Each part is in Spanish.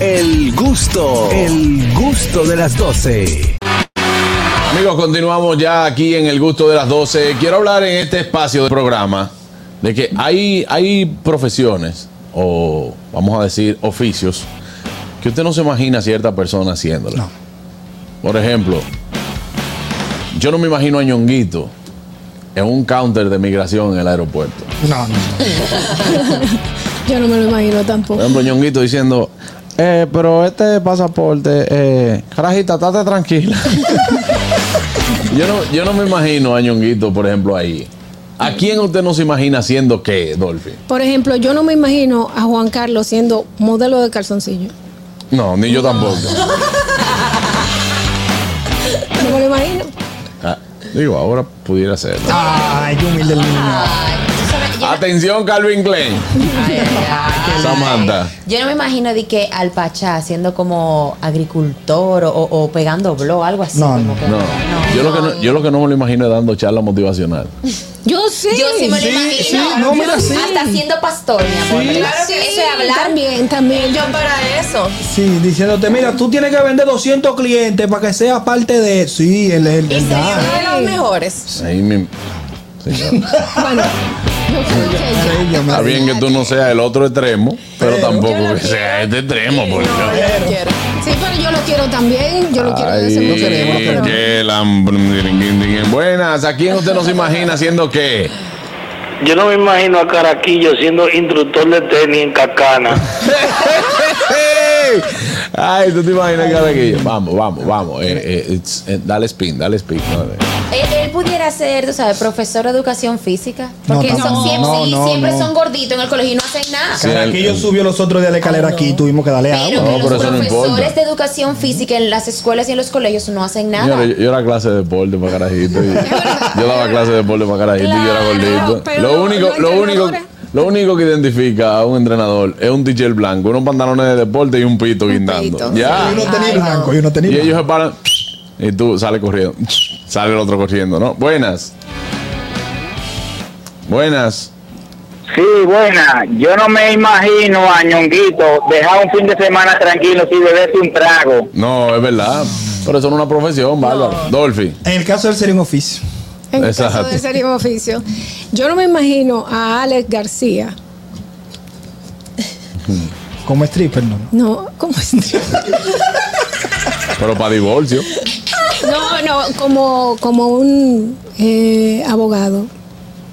El gusto, el gusto de las 12. Amigos, continuamos ya aquí en el gusto de las 12. Quiero hablar en este espacio del programa de que hay, hay profesiones, o vamos a decir oficios, que usted no se imagina a cierta persona haciéndola. Por ejemplo, yo no me imagino a Ñonguito en un counter de migración en el aeropuerto. No, no, no. Yo no me lo imagino Por tampoco. ejemplo, Ñonguito diciendo, eh, pero este pasaporte, eh, carajita, estate tranquila. yo, no, yo no me imagino a Ñonguito, por ejemplo, ahí. ¿A quién usted no se imagina haciendo qué, Dolphy? Por ejemplo, yo no me imagino a Juan Carlos siendo modelo de calzoncillo. No, ni yo tampoco. No me lo imagino. Ah, digo, ahora pudiera ser. ¿no? Ay, qué humilde el niño. Tú sabes, yo- Atención, Calvin Klein. ay, ay, ay. Samantha. Yo no me imagino de que al Pachá siendo como agricultor o, o pegando blog, algo así. No, como no, que- No. Yo, lo que no, yo lo que no me lo imagino es dando charla motivacional. Yo sí. Yo sí me lo Sí, imagino. sí, no, mira, sí. Hasta siendo pastor, mi amor. Sí. ¿verdad? Claro que Eso sí, es hablar. También, también. Yo para eso. Sí, diciéndote, mira, tú tienes que vender 200 clientes para que seas parte de... Sí, él es el Y Ah. sería verdad. uno de los mejores. Ahí mi- señor. Bueno, yo creo que ya. Ella me- Está bien que tú no seas el otro extremo, pero Pero- tampoco que sea este extremo. Porque... No, yo no quiero. Sí, pero yo lo quiero también. Yo lo quiero de ese Ay, modo. que la- Buenas, ¿a quién usted no se imagina haciendo qué? Yo no me imagino a Caraquillo siendo instructor de tenis en Cacana. Ay, tú te imaginas, Caraquillo. Vamos, vamos, vamos. Eh, eh, it's- eh, dale spin, dale spin. dale. Él, él pudiera ser, tú sabes, profesor de educación física. Porque No, son, tampoco. siempre, No, sí, no, siempre no. son gorditos en el colegio y no hacen nada. Sí, Caraquillo el- subió los otros días la escalera aquí, tuvimos que darle Pero agua. que No, pero los eso no profesores importa. de educación física en las escuelas y en los colegios no hacen nada. Señores, yo, yo era clase de deporte para carajito. y- yo daba clase de deporte para carajito y yo era gordito. pero lo no- único, no lo único, entrenadores. lo único que identifica a un entrenador es un t-shirt blanco, unos pantalones de deporte y un pito guindando. pito. Ya. Y uno tenía blanco, y uno tenía Y blanco. ellos se paran y tú sales corriendo. Sale el otro corriendo, ¿no? Buenas. Buenas. Sí, buena. Yo no me imagino a Ñonguito dejar un fin de semana tranquilo si beberse un trago. No, es verdad. Pero eso no es una profesión, bárbaro. Dolphy. En el caso del sería un oficio. En Exacto. caso de ser un oficio. Yo no me imagino a Alex García. Como stripper, no. no. No, como este. Pero para divorcio. No, no, como, como un eh, abogado.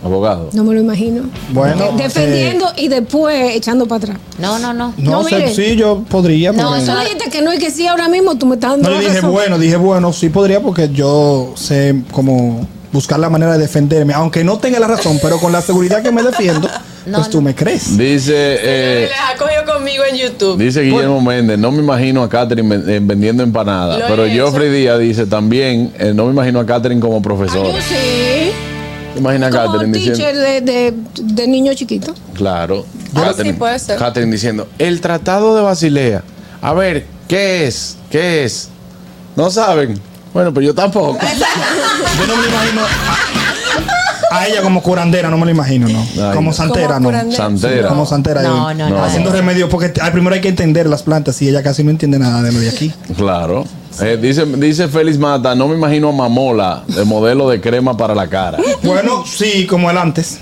Abogado. No me lo imagino. Bueno, De- Eh, defendiendo y después echando para atrás. No, no, no. eh, no, No, sé, mire. sí, yo podría. No, porque- eso Tú dijiste que no y que sí ahora mismo, tú me estás dando No, la yo dije, razón. bueno, dije, bueno, sí podría porque yo sé cómo buscar la manera de defenderme. Aunque no tenga la razón, pero con la seguridad que me defiendo, No, pues tú no. me crees. Dice. eh, Les ha cogido conmigo en YouTube. Dice Guillermo Méndez, no me imagino a Catherine ven- eh, vendiendo empanadas. Lo Pero he hecho. Geoffrey Díaz dice también, eh, no me imagino a Catherine como Ay, profesora. Ah, yo sí. Imagina a Como Catherine teacher diciendo. de, de, de niño chiquito. Claro. Ah, sí, puede ser. Catherine diciendo, el tratado de Basilea. A ver, ¿qué es? ¿Qué es? No saben. Bueno, pero yo tampoco. Yo no me lo imagino a, a ella como curandera, no me lo imagino, no. Ay, como no. santera, Como no. curandera. Santera. Como santera. No, yo- no, no. Haciendo remedios, porque al primero hay que entender las plantas y ella casi no entiende nada de lo de aquí. Claro. Eh, dice, dice Félix Mata, no me imagino a Mamola de modelo de crema para la cara. Bueno, sí, como el antes.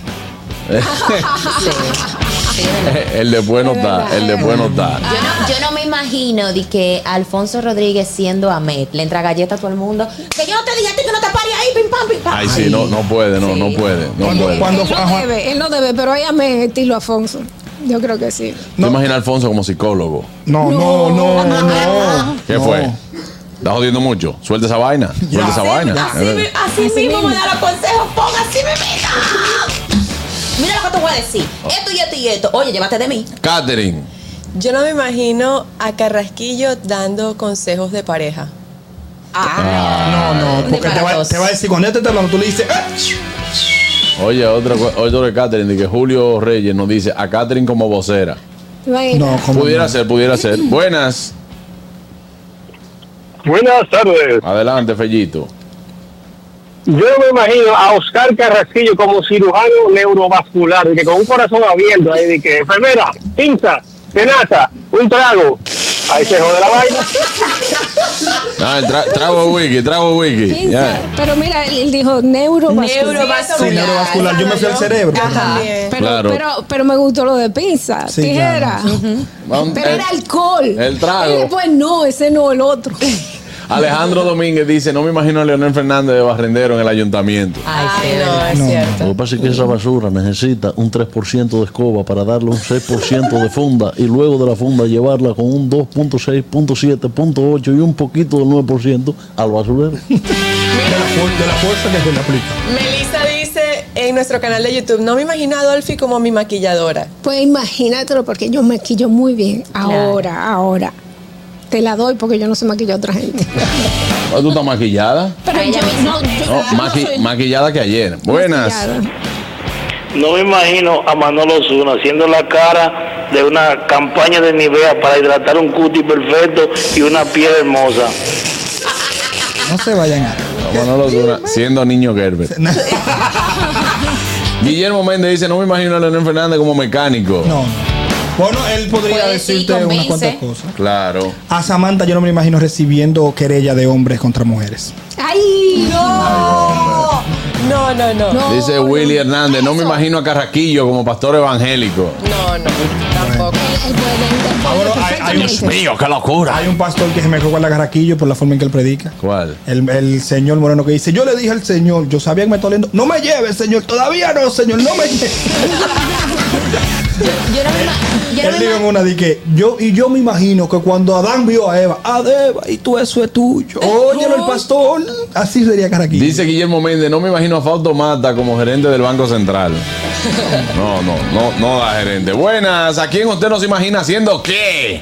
el después no está, el después no está. Yo no, yo no me imagino de que Alfonso Rodríguez siendo Ahmed le entra galleta a todo el mundo. Que yo no te dije a ti que no te pares ahí, pim pam, pim pam. Ay, sí, no, no puede, no, Sí. no puede, no Cuando- puede. cuando- Él no a Juan- debe, él no debe, pero ella me estilo Afonso. Yo creo que sí. ¿Te imaginas a Alfonso como psicólogo? No, no, no, no. ¿Qué No. fue? ¿Estás jodiendo mucho? Suelta esa vaina. Suelta esa vaina. Así, mi- así mismo me da los consejos. Póngase mi Mira lo que te voy a decir. Oh. Esto y esto y esto. Oye, llévate de mí. Catherine. Yo no me imagino a Carrasquillo dando consejos de pareja. Ah. No, no, Ni porque para te va, dos. te va a decir, cuando ella te está hablando, tú le dices, "Ah". Oye, otro, otro de Catherine, de que Julio Reyes nos dice a Catherine como vocera. Bueno, No, como Pudiera no. ser, pudiera ser. Buenas. Buenas tardes. Adelante, Fellito. Yo no me imagino a Oscar Carrasquillo como cirujano neurovascular, de que con un corazón abierto, ahí de que enfermera, pinza, tenaza, un trago. Ahí se jode la vaina. Ah, el tra- trago wiki, trago wiki. Quince. Ya. Pero mira, él dijo neurovascular. Neurovascular. neurovascular. Yo me fui al cerebro. Ajá. Bien. Pero, Claro. pero, pero me gustó lo de pizza, Sí, tijera. claro. Vamos, eh, Pero el- era alcohol. el trago. Y después no, ese no, el otro. Alejandro Domínguez dice: No me imagino a Leonel Fernández de Barrendero en el ayuntamiento. Ay, Ay, sí. no, es No. cierto. Lo que pasa es que esa basura necesita un 3% de escoba para darle un 6% de funda y luego de la funda llevarla con un 2.6, 7.8 y un poquito del 9% al basurero. De la, fu- de la fuerza que se le aplica. Melissa dice en nuestro canal de YouTube, no me imagino a Dolphy como mi maquilladora. Pues imagínatelo, porque yo maquillo muy bien. Ahora, ahora. Te la doy porque yo no sé maquillar a otra gente. Ah, ¿Tú estás maquillada? Pero Ella yo misma. no, yo No, maqui- maquillada que ayer. Buenas. maquillada. No me imagino a Manolo Zuna haciendo la cara de una campaña de Nivea para hidratar un cutis perfecto y una piel hermosa. No se vayan a. Manolo Zuna, siendo niño Gerber. Guillermo Méndez dice: No me imagino a Leonel Fernández como mecánico. No. Bueno, él podría Puede, sí, decirte unas convence. cuantas cosas. Claro. A Samantha yo no me la imagino recibiendo querella de hombres contra mujeres. ¡Ay! No, no, no, no. No, Dice Willy Hernández: No me imagino a Carraquillo como pastor evangélico. no, tampoco. Él puede, Ahora, hay- hay un- perfectamente. Mío, qué locura. Hay un pastor que se me recuerda a Carraquillo por la forma en que él predica. ¿Cuál? El, el señor Moreno que dice, yo le dije al señor, yo sabía que me está oliendo, no me lleve, señor, todavía no, señor, no me lleve. Yo no me ima- yo no Él me dijo en una de que, yo, y yo me imagino que cuando Adán vio a Eva, a Eva, y tú eso es tuyo, óyelo el pastor, así sería Carraquillo. Dice Guillermo Méndez, no me imagino a Fausto Mata como gerente del Banco Central. No, no, no, no da gerente. Buenas, ¿a quién usted nos imagina haciendo qué?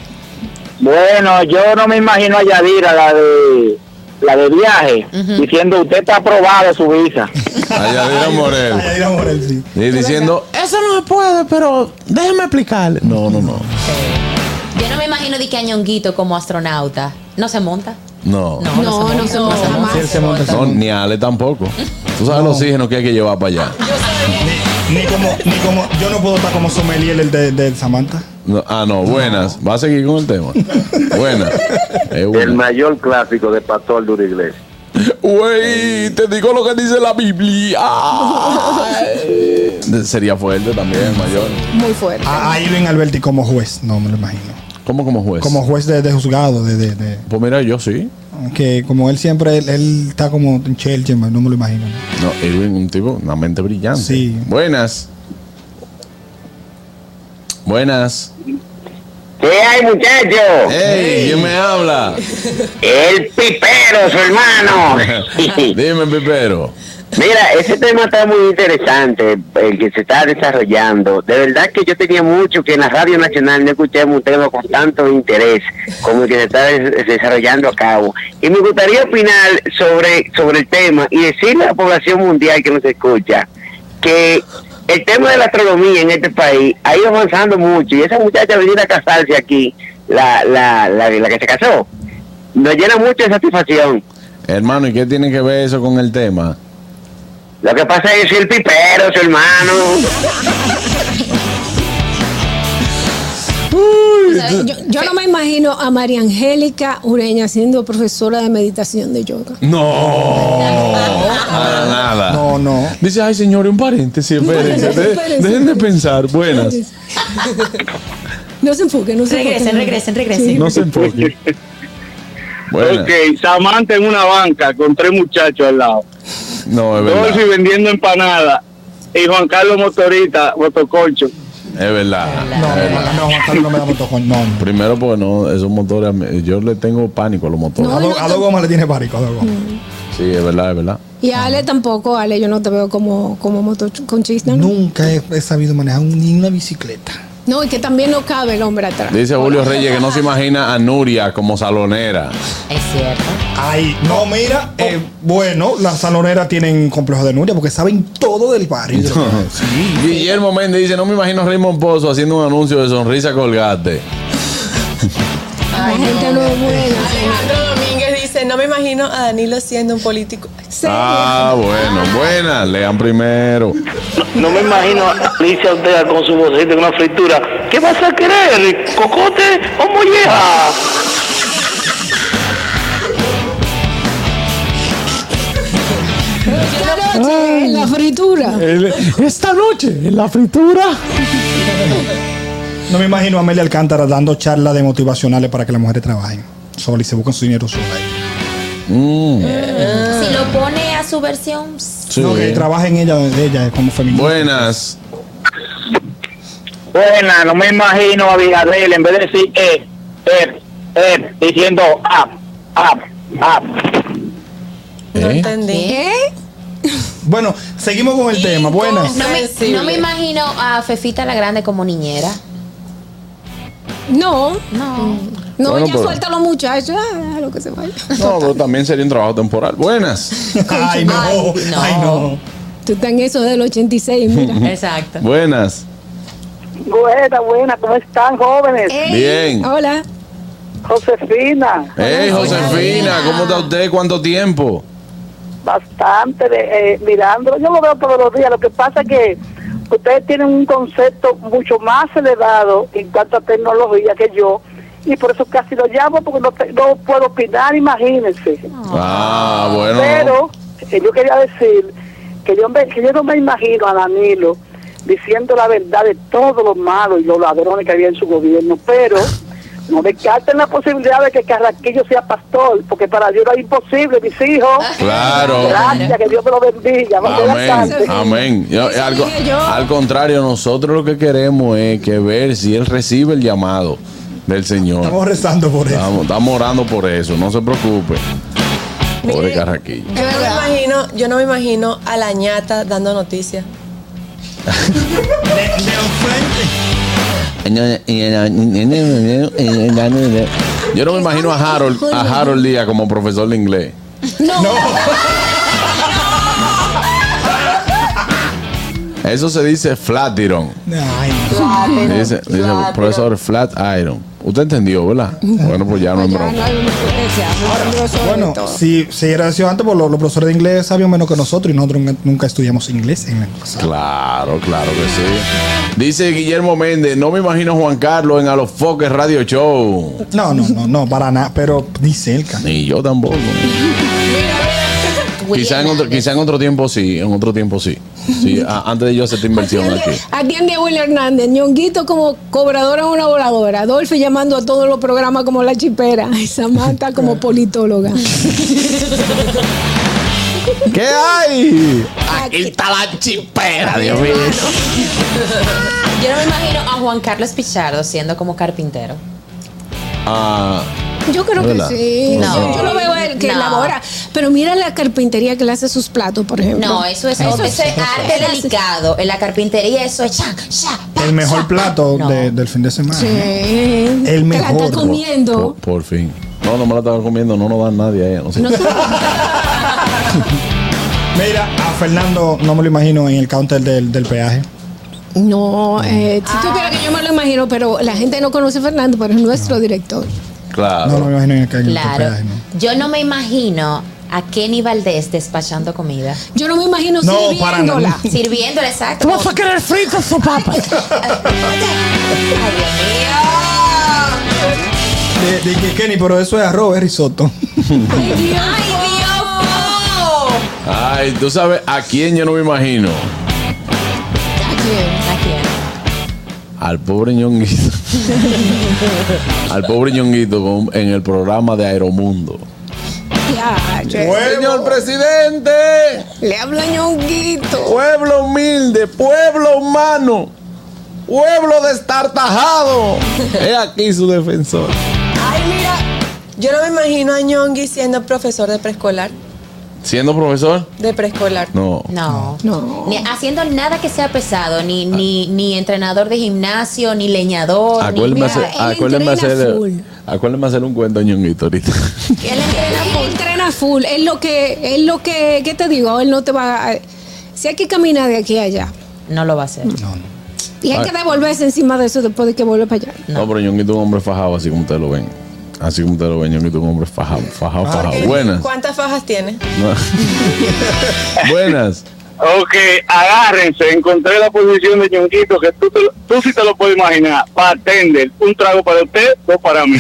Bueno, yo no me imagino a Yadira, la de la de viaje, diciendo usted está aprobado su visa. A Yadira Ay, Morel. Yadira Morel, sí. Y diciendo, eso no se puede, pero déjeme explicarle. No, no, no. ima- yo no me imagino de que a Ñonguito como astronauta. No se monta. No. No, No, no se monta monta. jamás. Sí, él se monta, se No, monta. ni a Ale tampoco. Tú sabes el oxígeno que hay que llevar para allá. Ni como, ni como, yo no puedo estar como sommelier el de, de Samantha. No, ah, no, buenas. Va a seguir con el tema. Buenas. Es buena. mayor clásico de Pastor de una iglesia. Güey, te digo lo que dice la Biblia. Ay. Sería fuerte también, mayor. Muy fuerte. A, a Irving Alberti como juez, no me lo imagino. ¿Cómo como juez? Como juez de, de juzgado, de, de- de- Pues mira, yo sí. que como él siempre, él, él está como en Chelsea, man, no me lo imagino. No, Irving, un tipo, una mente brillante. Sí. Buenas. Buenas. ¿Qué hay, muchachos? ¡Ey! ¿Quién me habla? El pipero, su hermano. Dime, Pipero. Mira, ese tema está muy interesante, el que se está desarrollando. De verdad que yo tenía mucho que en la Radio Nacional no escuchemos un tema con tanto interés como el que se está des- desarrollando a cabo. Y me gustaría opinar sobre, sobre el tema y decirle a la población mundial que nos escucha que el tema de la astronomía en este país ha ido avanzando mucho y esa muchacha venir a casarse aquí, la, la, la, la que se casó, nos llena mucho de satisfacción. Hermano, ¿y qué tiene que ver eso con el tema? Lo que pasa es el pipero, su hermano. ¿Sabes? Yo, yo no me imagino a María Angélica Ureña siendo profesora de meditación de yoga. No. Para nada. No, no. Dice, ay, señores, un paréntesis, espérense. espérense, de- espérense. Dejen de pensar. Buenas. No se enfoquen, no se Regresen, enfoquen. regresen, regresen. No se enfoquen. Buenas. Ok, Samantha en una banca con tres muchachos al lado. No, es Dolphy verdad. vendiendo empanadas. Y Juan Carlos Motorita, motoconcho. Es verdad. No, no, no, no, Juan Carlos no me da motojón, no. no. Primero, porque no, esos motores, a mí- yo le tengo pánico a los motores. A dos- a dos gomas le tiene pánico, a dos gomas. Mm, Sí, es verdad, es verdad. Y a Ale tampoco, Ale, yo no te veo como, como motoconchista. ¿no? Nunca he, he sabido manejar un- ni una bicicleta. no, y que también no cabe el hombre atrás. Dice Julio Reyes que no se imagina a Nuria como salonera. Es cierto. Ay, no, mira, eh, bueno, las saloneras tienen complejo de Nuria porque saben todo del barrio. Guillermo Méndez dice, no me imagino a Raymond Pozo haciendo un anuncio de sonrisa colgate. La gente no es buena. Alejandro Domínguez dice, no me imagino a Danilo siendo un político. Sí. Ah, bueno, buenas, lean primero. No me imagino a Alicia Ortega con su vocecita en una fritura. ¿Qué vas a querer? ¿Cocote o molleja? Ah, El- Esta noche, en la fritura. No me imagino a Amelia Alcántara dando charlas de motivacionales para que las mujeres trabajen solas y se busquen su dinero solas. Si lo pone a su versión, No, eh. que trabajen ella, ella como feminista. Buenas. Buena, no me imagino a Villarreal en vez de decir eh, eh, eh, diciendo ah, up, up, up. No ¿Eh? entendí. ¿Qué? Bueno, seguimos con el tema. Buenas. no me, Sensible. no me imagino a Fefita la Grande como niñera. No, No. no, Bueno, ya pero- suelta a los muchachos, ah, lo que se vaya. No, pero también sería un trabajo temporal. Buenas. Ay, no. Ay, no. Ay, no. Tú estás en eso del 86, mira. Mm. Exacto. Buenas. Buena, buena, ¿cómo están jóvenes? Ey, Bien. Hola. Josefina, Hey, Josefina, ¿cómo está usted? ¿Cuánto tiempo? bastante de, eh, mirándolo. Yo lo veo todos los días. Lo que pasa es que ustedes tienen un concepto mucho más elevado en cuanto a tecnología que yo. Y por eso casi lo llamo porque no, te- no puedo opinar, imagínense. Ah, bueno. Pero eh, yo quería decir que yo, me- que yo no me imagino a Danilo diciendo la verdad de todos los malos y los ladrones que había en su gobierno, pero no descarten la posibilidad de que Carraquillo sea pastor, porque para Dios no es imposible, mis hijos. Ah. Claro. Gracias, que Dios me lo bendiga. Vamos a ver la Amén, tarde. amén. Yo- Eso al, dije yo. al contrario, nosotros lo que queremos es que ver si él recibe el llamado del Estamos Señor. rezando por eso. Estamos, estamos orando por eso, no se preocupe. Pobre Carraquillo. Yo no, me imagino, yo no me imagino a la ñata dando noticias. Yo no me imagino a Harold, a Harold Díaz como profesor de inglés. No. Eso se dice flat iron. Ay, no. Dice, dice, profesor flat iron. Usted entendió, ¿verdad? Bueno, pues ya no es Ya no broma. hay una diferencia, no hay profesor de Bueno, todo. si, si era así antes, pues los, los profesores de inglés sabían menos que nosotros y nosotros nunca- nunca estudiamos inglés en la universidad. Claro, claro que sí. Dice Guillermo Méndez, no me imagino a Juan Carlos en A los Foques Radio Show. No, no, no, no, para nada, pero ni cerca. Ni yo tampoco. Quizá en, otro, quizá en otro tiempo sí, en otro tiempo sí. Sí, a- antes de yo hacer esta inversión aquí. Atiende, atiende a Will Hernández, ñonguito como cobradora en una voladora, Adolfo llamando a todos los programas como la chipera, y Samantha como politóloga. ¿Qué hay? Aquí está la chipera, Dios mío. Yo no me imagino a Juan Carlos Pichardo siendo como carpintero. Ah, Yo creo que ¿Verdad? sí. No. Yo lo veo a él que No. elabora. Pero mira la carpintería que le hace sus platos, por ejemplo. No, eso es, eso es arte delicado. En la carpintería eso es cha, cha, pa, El mejor cha, plato No. de- del fin de semana. Sí. El Te la mejor. está comiendo. por, por fin. No, no me la estaba comiendo, no nos dan nadie a ella. No sé. Mira, a Fernando no me lo imagino en el counter del, del peaje. No, eh, si tú quieres que yo me lo imagino, pero la gente no conoce a Fernando, pero es nuestro director. No, no me Claro. imagino en el, en el Claro. peaje. ¿no? Yo no me imagino a Kenny Valdés despachando comida. Yo no me imagino No, para sirviéndola. nada. Sirviéndole, exacto. como- querer fritas su papa. Ay, Dios mío. De, de que Kenny, pero eso es arroz, es risotto. Ay, Dios. Ay, Dios. Ay, tú sabes a quién yo no me imagino. ¿A quién? Al pobre ñonguito. Al pobre ñonguito con- en el programa de Aeromundo. Ya, che. Señor presidente, Le habla ñonguito. pueblo humilde, pueblo humano, pueblo destartajado. He aquí su defensor. Yo no me imagino a Ñongui siendo profesor de preescolar. ¿Siendo profesor? De preescolar. No. No. No. Ni haciendo nada que sea pesado, ni, Ah. ni, ni entrenador de gimnasio, ni leñador. ni- Acuérdenme mira, hacer, él acuérdenme entrena hacer- full. acuérdenme hacer un cuento a ñonguito ahorita. Él entrena Él full. entrena full. Es lo que, es lo que, ¿qué te digo? Él no te va a. Si hay que caminar de aquí a allá. No lo va a hacer. Y hay que devolverse encima de eso después de que vuelva para allá. No, pero ñonguito es un hombre fajado, así como ustedes lo ven. Así como ustedes lo ven, ñonguito es un hombre fajado, fajado, fajado. ah, Buenas. ¿Cuántas fajas tiene? No. Buenas. Ok, agárrense, encontré la posición de Ñonquito que tú, te lo- tú sí te lo puedes imaginar. Bartender, un trago para usted, dos para mí.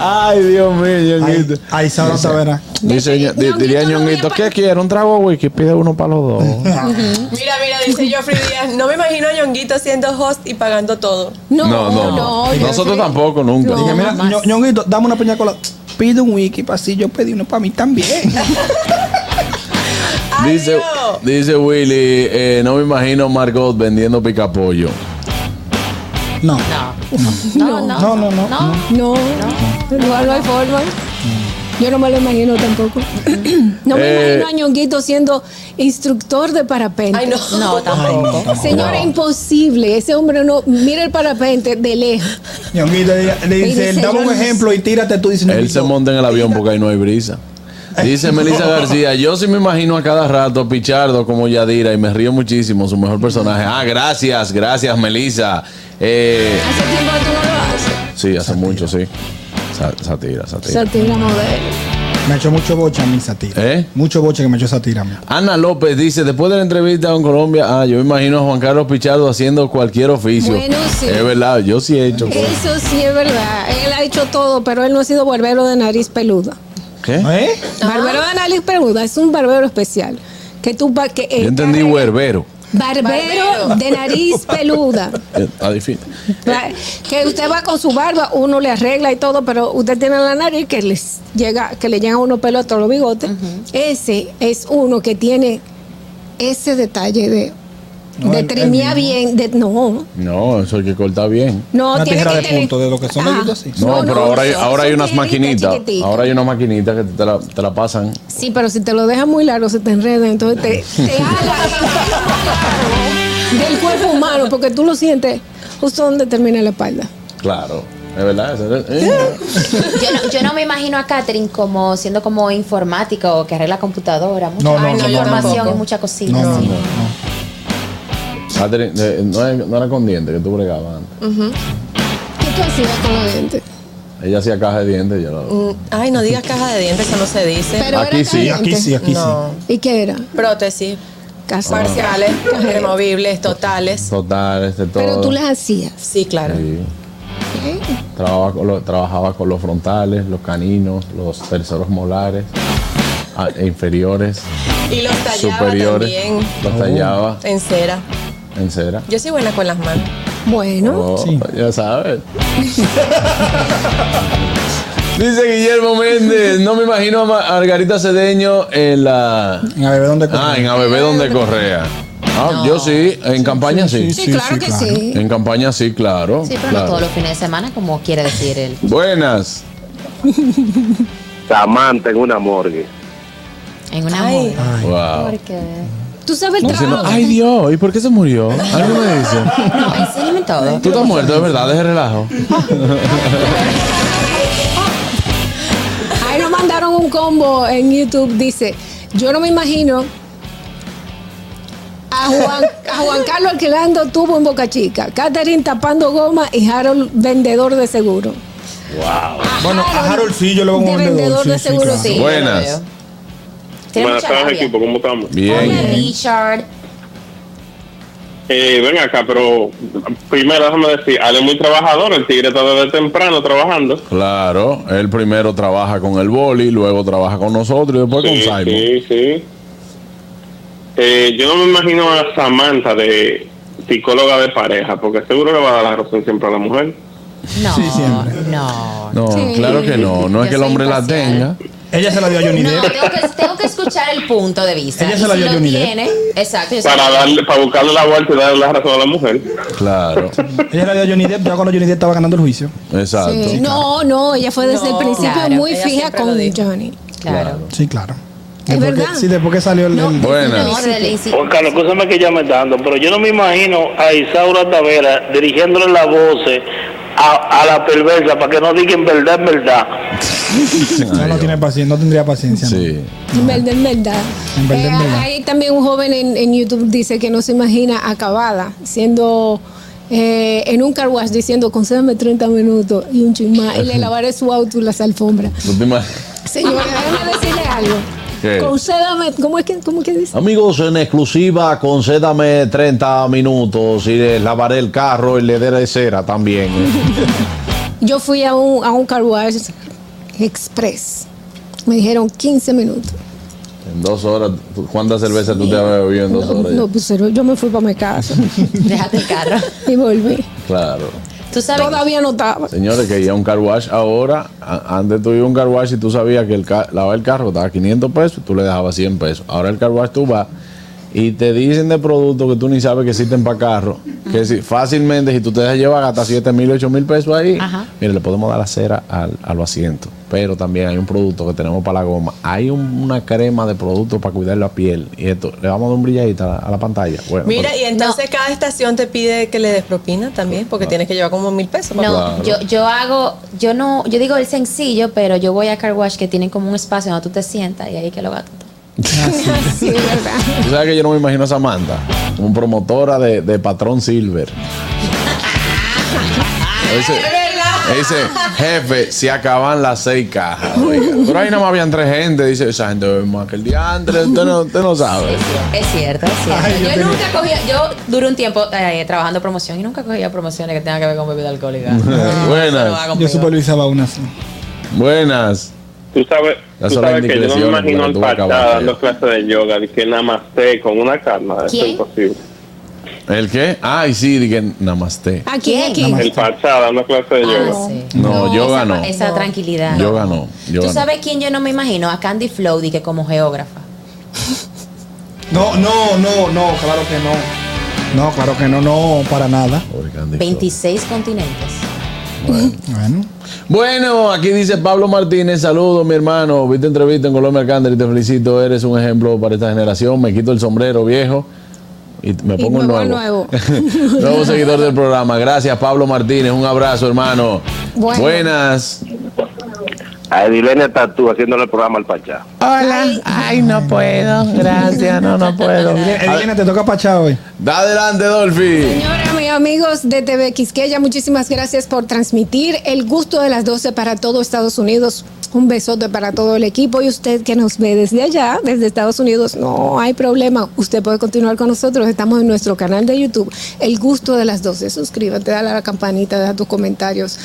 Ay, Dios mío, Ñonguito. Ahí sabrá saberá. Dice, Ñonguito di- no diría viene Ñonguito, pa- ¿qué quiere? ¿Un trago wiki? Pide uno para los dos. Mira, mira, dice Joffrey Díaz. No me imagino a Ñonguito siendo host y pagando todo. No, No, no, no. Nosotros tampoco, nunca. No, Dije, mira, jamás. Ño- Ñonguito, dame una piña colada. Pide un wiki para si yo pedí uno para mí también. ¡Ay, Dice, Dios! dice Willy, eh, no me imagino Margot vendiendo picapollo. No. No, no, No, no, no, No, no, no hay forma. Yo no me lo imagino tampoco. No me Eh. imagino a Ñonguito siendo instructor de parapente. Ay, no. No, tampoco. Señora, Wow. imposible. Ese hombre no. Mira el parapente de lejos. Ñonguito le, le dice, dice, dame yo un no sé". ejemplo y tírate tú dices, Él se Ñonguito, monta en el avión porque ahí no hay brisa. Dice Melissa García, yo sí me imagino a cada rato a Pichardo como Yadira y me río muchísimo, su mejor personaje. Ah, gracias, gracias Melissa. Eh, Hace tiempo que tú no lo haces. sí, hace mucho, sí. Sa- Satira, satira. Satira modelo. Me echó mucho bocha a mí esa tira. ¿Eh? Mucho bocha que me echó esa tira a mí. Ana López dice, después de la entrevista con Colombia, ah, yo me imagino a Juan Carlos Pichardo haciendo cualquier oficio. Bueno, sí. Es verdad, yo sí he hecho. cosas. Eso sí es verdad. Él ha hecho todo, pero él no ha sido barbero de nariz peluda. ¿Qué? ¿Eh? Barbero de nariz peluda es un barbero especial. Que tú pa- que eh, Yo entendí barbe- Werbero. Barbero de nariz peluda. Eh, ah, difícil. Va- Que usted va con su barba, uno le arregla y todo, pero usted tiene la nariz que les llega, que le llegan unos pelos a todos los bigotes. Ese es uno que tiene ese detalle de, No, de el- el trimear bien, de no. No, eso hay que cortar bien. No, Una tiene tijera que de tener- punto, de lo que son Ajá. hoyitos así. No, pero ahora hay, son- ahora hay son unas tijeritas maquinitas. chiquititas. Ahora hay unas maquinitas que te la, te la pasan. Sí, pero si te lo dejas muy largo, se te enreda, entonces te, te jala del cuerpo humano, porque tú lo sientes justo donde termina la espalda. Claro. Es verdad. Eh, Yo no, yo no me imagino a Catherine como siendo como informática o que arregla computadora. Mucha No, no, mucha no, yo información tampoco. y muchas cositas. No, no, sí. no. Catherine, eh, no, es- no era con dientes que tú bregabas antes. ¿Qué tú hacías con los dientes? Ella hacía caja de dientes. Yo la- Mm, Ay, no digas caja de dientes, eso no se dice. Pero Aquí era sí, caliente. Aquí sí, aquí No. ¿Y qué era? Prótesis, Ah. Casa. parciales, removibles, totales. Total, este todo. Mm. Pero tú las hacías. Sí, claro. Sí. Trabajaba con, los- trabajaba con los frontales, los caninos, los terceros molares, ah, e inferiores, Y los tallaba superiores. también Los tallaba en cera. en cera. Yo soy buena con las manos. Bueno, Oh, Sí. Ya sabes. Dice Guillermo Méndez, no me imagino a Ma- a Margarita Cedeño en la... no. En a ver dónde Ah, en ABB donde Correa. Ah, yo sí, en campaña sí. sí, claro que sí. En campaña sí, claro. Sí, pero claro. no todos los fines de semana, como quiere decir él. Buenas. Samantha en una morgue. En una Ay. moda. Wow. Porque. Tú sabes el Dice, no, trabajo. ay Dios, ¿y por qué se murió? Algo me dice. No, enséñame todo. Tú estás muerto, de verdad, deje relajo. Ahí nos mandaron un combo en YouTube. Dice, yo no me imagino a Juan, a Juan Carlos alquilando tubo en Boca Chica, Catherine tapando goma y Harold vendedor de seguro. Bueno, a Harold sí, yo le pongo de un vendedor de seguro, claro. Sí, Buenas. yo lo veo. Tiene mucha labia. ¿cómo estamos? Hola, Bien. Richard. Eh, ven acá, pero primero déjame decir, Ale es muy trabajador, el tigre está desde temprano trabajando. Claro, él primero trabaja con el boli, luego trabaja con nosotros y después con Sí, Simon. sí, sí. Eh, yo no me imagino a Samantha de psicóloga de pareja, porque seguro le va a dar la razón siempre a la mujer. No, Sí, siempre. no. No, Sí. claro que no. No es Yo que el soy hombre la imparcial. tenga. Ella se la dio a Johnny No, Depp. tengo que, tengo que escuchar el punto de vista. Ella Y se la si dio a lo Johnny Depp. tiene, exacto. yo se Para la- darle, para buscarle la vuelta y darle la razón a la mujer. Claro, Ella se la dio a Johnny Depp ya cuando Johnny Depp estaba ganando el juicio. exacto. Sí. No, no, ella fue desde No, el principio claro, muy ella fija siempre con lo dijo. Johnny. Claro. Sí, claro. Es Después que- verdad. sí, después que salió el... el- Buenas. No, del inci- Juan Carlos, escúchame que ya me está dando, pero yo no me imagino a Isaura Tavera dirigiéndole la voz a, a la perversa para que no diga en verdad, en verdad. no, no tiene paciencia, no tendría paciencia. ¿no? Sí. En verdad, en verdad. En verdad, en Eh, verdad. Hay también un joven en, en YouTube dice que no se imagina acabada, siendo eh, en un car wash diciendo, concédame 30 minutos y un chismá y le lavaré su auto y las alfombras. ¿Tú te imag- Señora, déjame decirle algo. ¿Qué? Concédame, ¿cómo es que, cómo que dice? Amigos, en exclusiva, concédame 30 minutos y les lavaré el carro y le daré cera también. Yo fui a un, a un car wash express. Me dijeron 15 minutos. En dos horas, ¿tú- ¿cuántas cervezas tú te has bebido en dos horas? ya? No, pues pero yo me fui para mi casa. Déjate el carro. y volví. Claro. Tú sabes. Todavía no estaba. Señores, que ya un car wash ahora, a- antes tú ibas a un car wash y tú sabías que el ca- lavar el carro estaba 500 pesos, tú le dejabas 100 pesos. Ahora el car wash tú vas y te dicen de productos que tú ni sabes que existen para carro, que si, fácilmente si tú te dejas llevar hasta 7 mil, 8 mil pesos ahí, Ajá. mire, le podemos dar la cera al, a los asientos. Pero también hay un producto que tenemos para la goma. Hay un- una crema de producto para cuidar la piel. Y esto, le vamos a dar un brilladito a la, a la pantalla. Bueno, Mira, pero- y entonces cada estación te pide que le des propina también, Ah. porque tienes que llevar como mil pesos. papá. No, yo, yo hago, yo no, yo digo el sencillo, pero yo voy a Car Wash que tienen como un espacio donde tú te sientas y ahí que lo gato. Sí, es verdad. Tú sabes que yo no me imagino a Samantha, como promotora de, de Patrón Silver. Dice, dice, jefe, se acaban las seis cajas. oiga". Pero ahí nomás habían tres gente. Dice, esa gente bebe más que el diantre. Usted no, usted no sabe. Es cierto, es cierto. Ay, yo yo tenía- nunca cogía, yo duré un tiempo eh, trabajando promoción y nunca cogía promociones que tengan que ver con bebida alcohólica. buenas. Eso no va Yo conmigo. supervisaba una así. Buenas. Tú sabes, Ya tú son las sabes que yo no me indiscreciones, imagino pero al tú vas a Pachá acabar, dando ya. clase de yoga, de que namaste con una calma, eso ¿Quién? es imposible. ¿El qué? Ay, sí, dije, namaste. ¿A quién? ¿A ¿Quién? quién? El Pachá dando clase de Ah, yoga. sí. No, yo esa- ganó. Esa tranquilidad. Yo ganó. Yo ¿Tú ganó. sabes quién yo no me imagino? A Candy Flow, que como geógrafa. No, no, no, no, claro que no. No, claro que no, no, para nada. Pobre Candy Flow. 26 continentes. Bueno. Bueno, aquí dice Pablo Martínez, saludos mi hermano, viste entrevista en Colombia Candel y te felicito, eres un ejemplo para esta generación, me quito el sombrero viejo y me me pongo un voy nuevo. al Nuevo seguidor del programa, gracias Pablo Martínez, un abrazo hermano. Bueno. Buenas. A Edilene está tú haciéndole el programa al Pachá. Hola, ay no puedo, gracias, no, no puedo. Elena, te toca pachá hoy. Da adelante Dolphy. Señora, mis amigos de TV Quisqueya, muchísimas gracias por transmitir el gusto de las 12 para todo Estados Unidos. Un besote para todo el equipo y usted que nos ve desde allá, desde Estados Unidos, no hay problema. Usted puede continuar con nosotros. Estamos en nuestro canal de YouTube, El Gusto de las 12. Suscríbete, dale a la campanita, deja tus comentarios.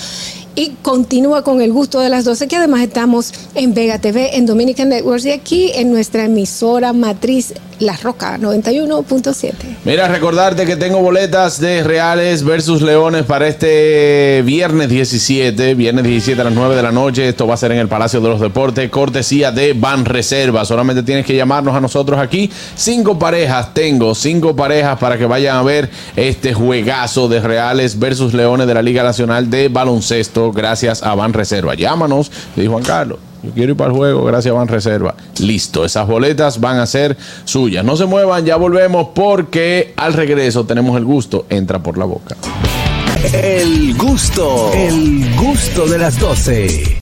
Y continúa con El Gusto de las 12, que además estamos en Vega TV, en Dominican Networks y aquí en nuestra emisora matriz La Roca 91.7. Mira, recordarte que tengo boletas de Reales versus Leones para este viernes 17, viernes 17 a las 9 de la noche. Esto va a ser en el Palacio de los Deportes, cortesía de Ban Reserva. Solamente tienes que llamarnos a nosotros aquí. Cinco parejas tengo, cinco parejas para que vayan a ver este juegazo de Reales versus Leones de la Liga Nacional de Baloncesto, gracias a Ban Reserva. Llámanos, le dijo Juan Carlos. Yo quiero ir para el juego, gracias Van Reserva. Listo, esas boletas van a ser suyas. No se muevan, ya volvemos porque al regreso tenemos el gusto, entra por la boca. El gusto, el gusto de las 12.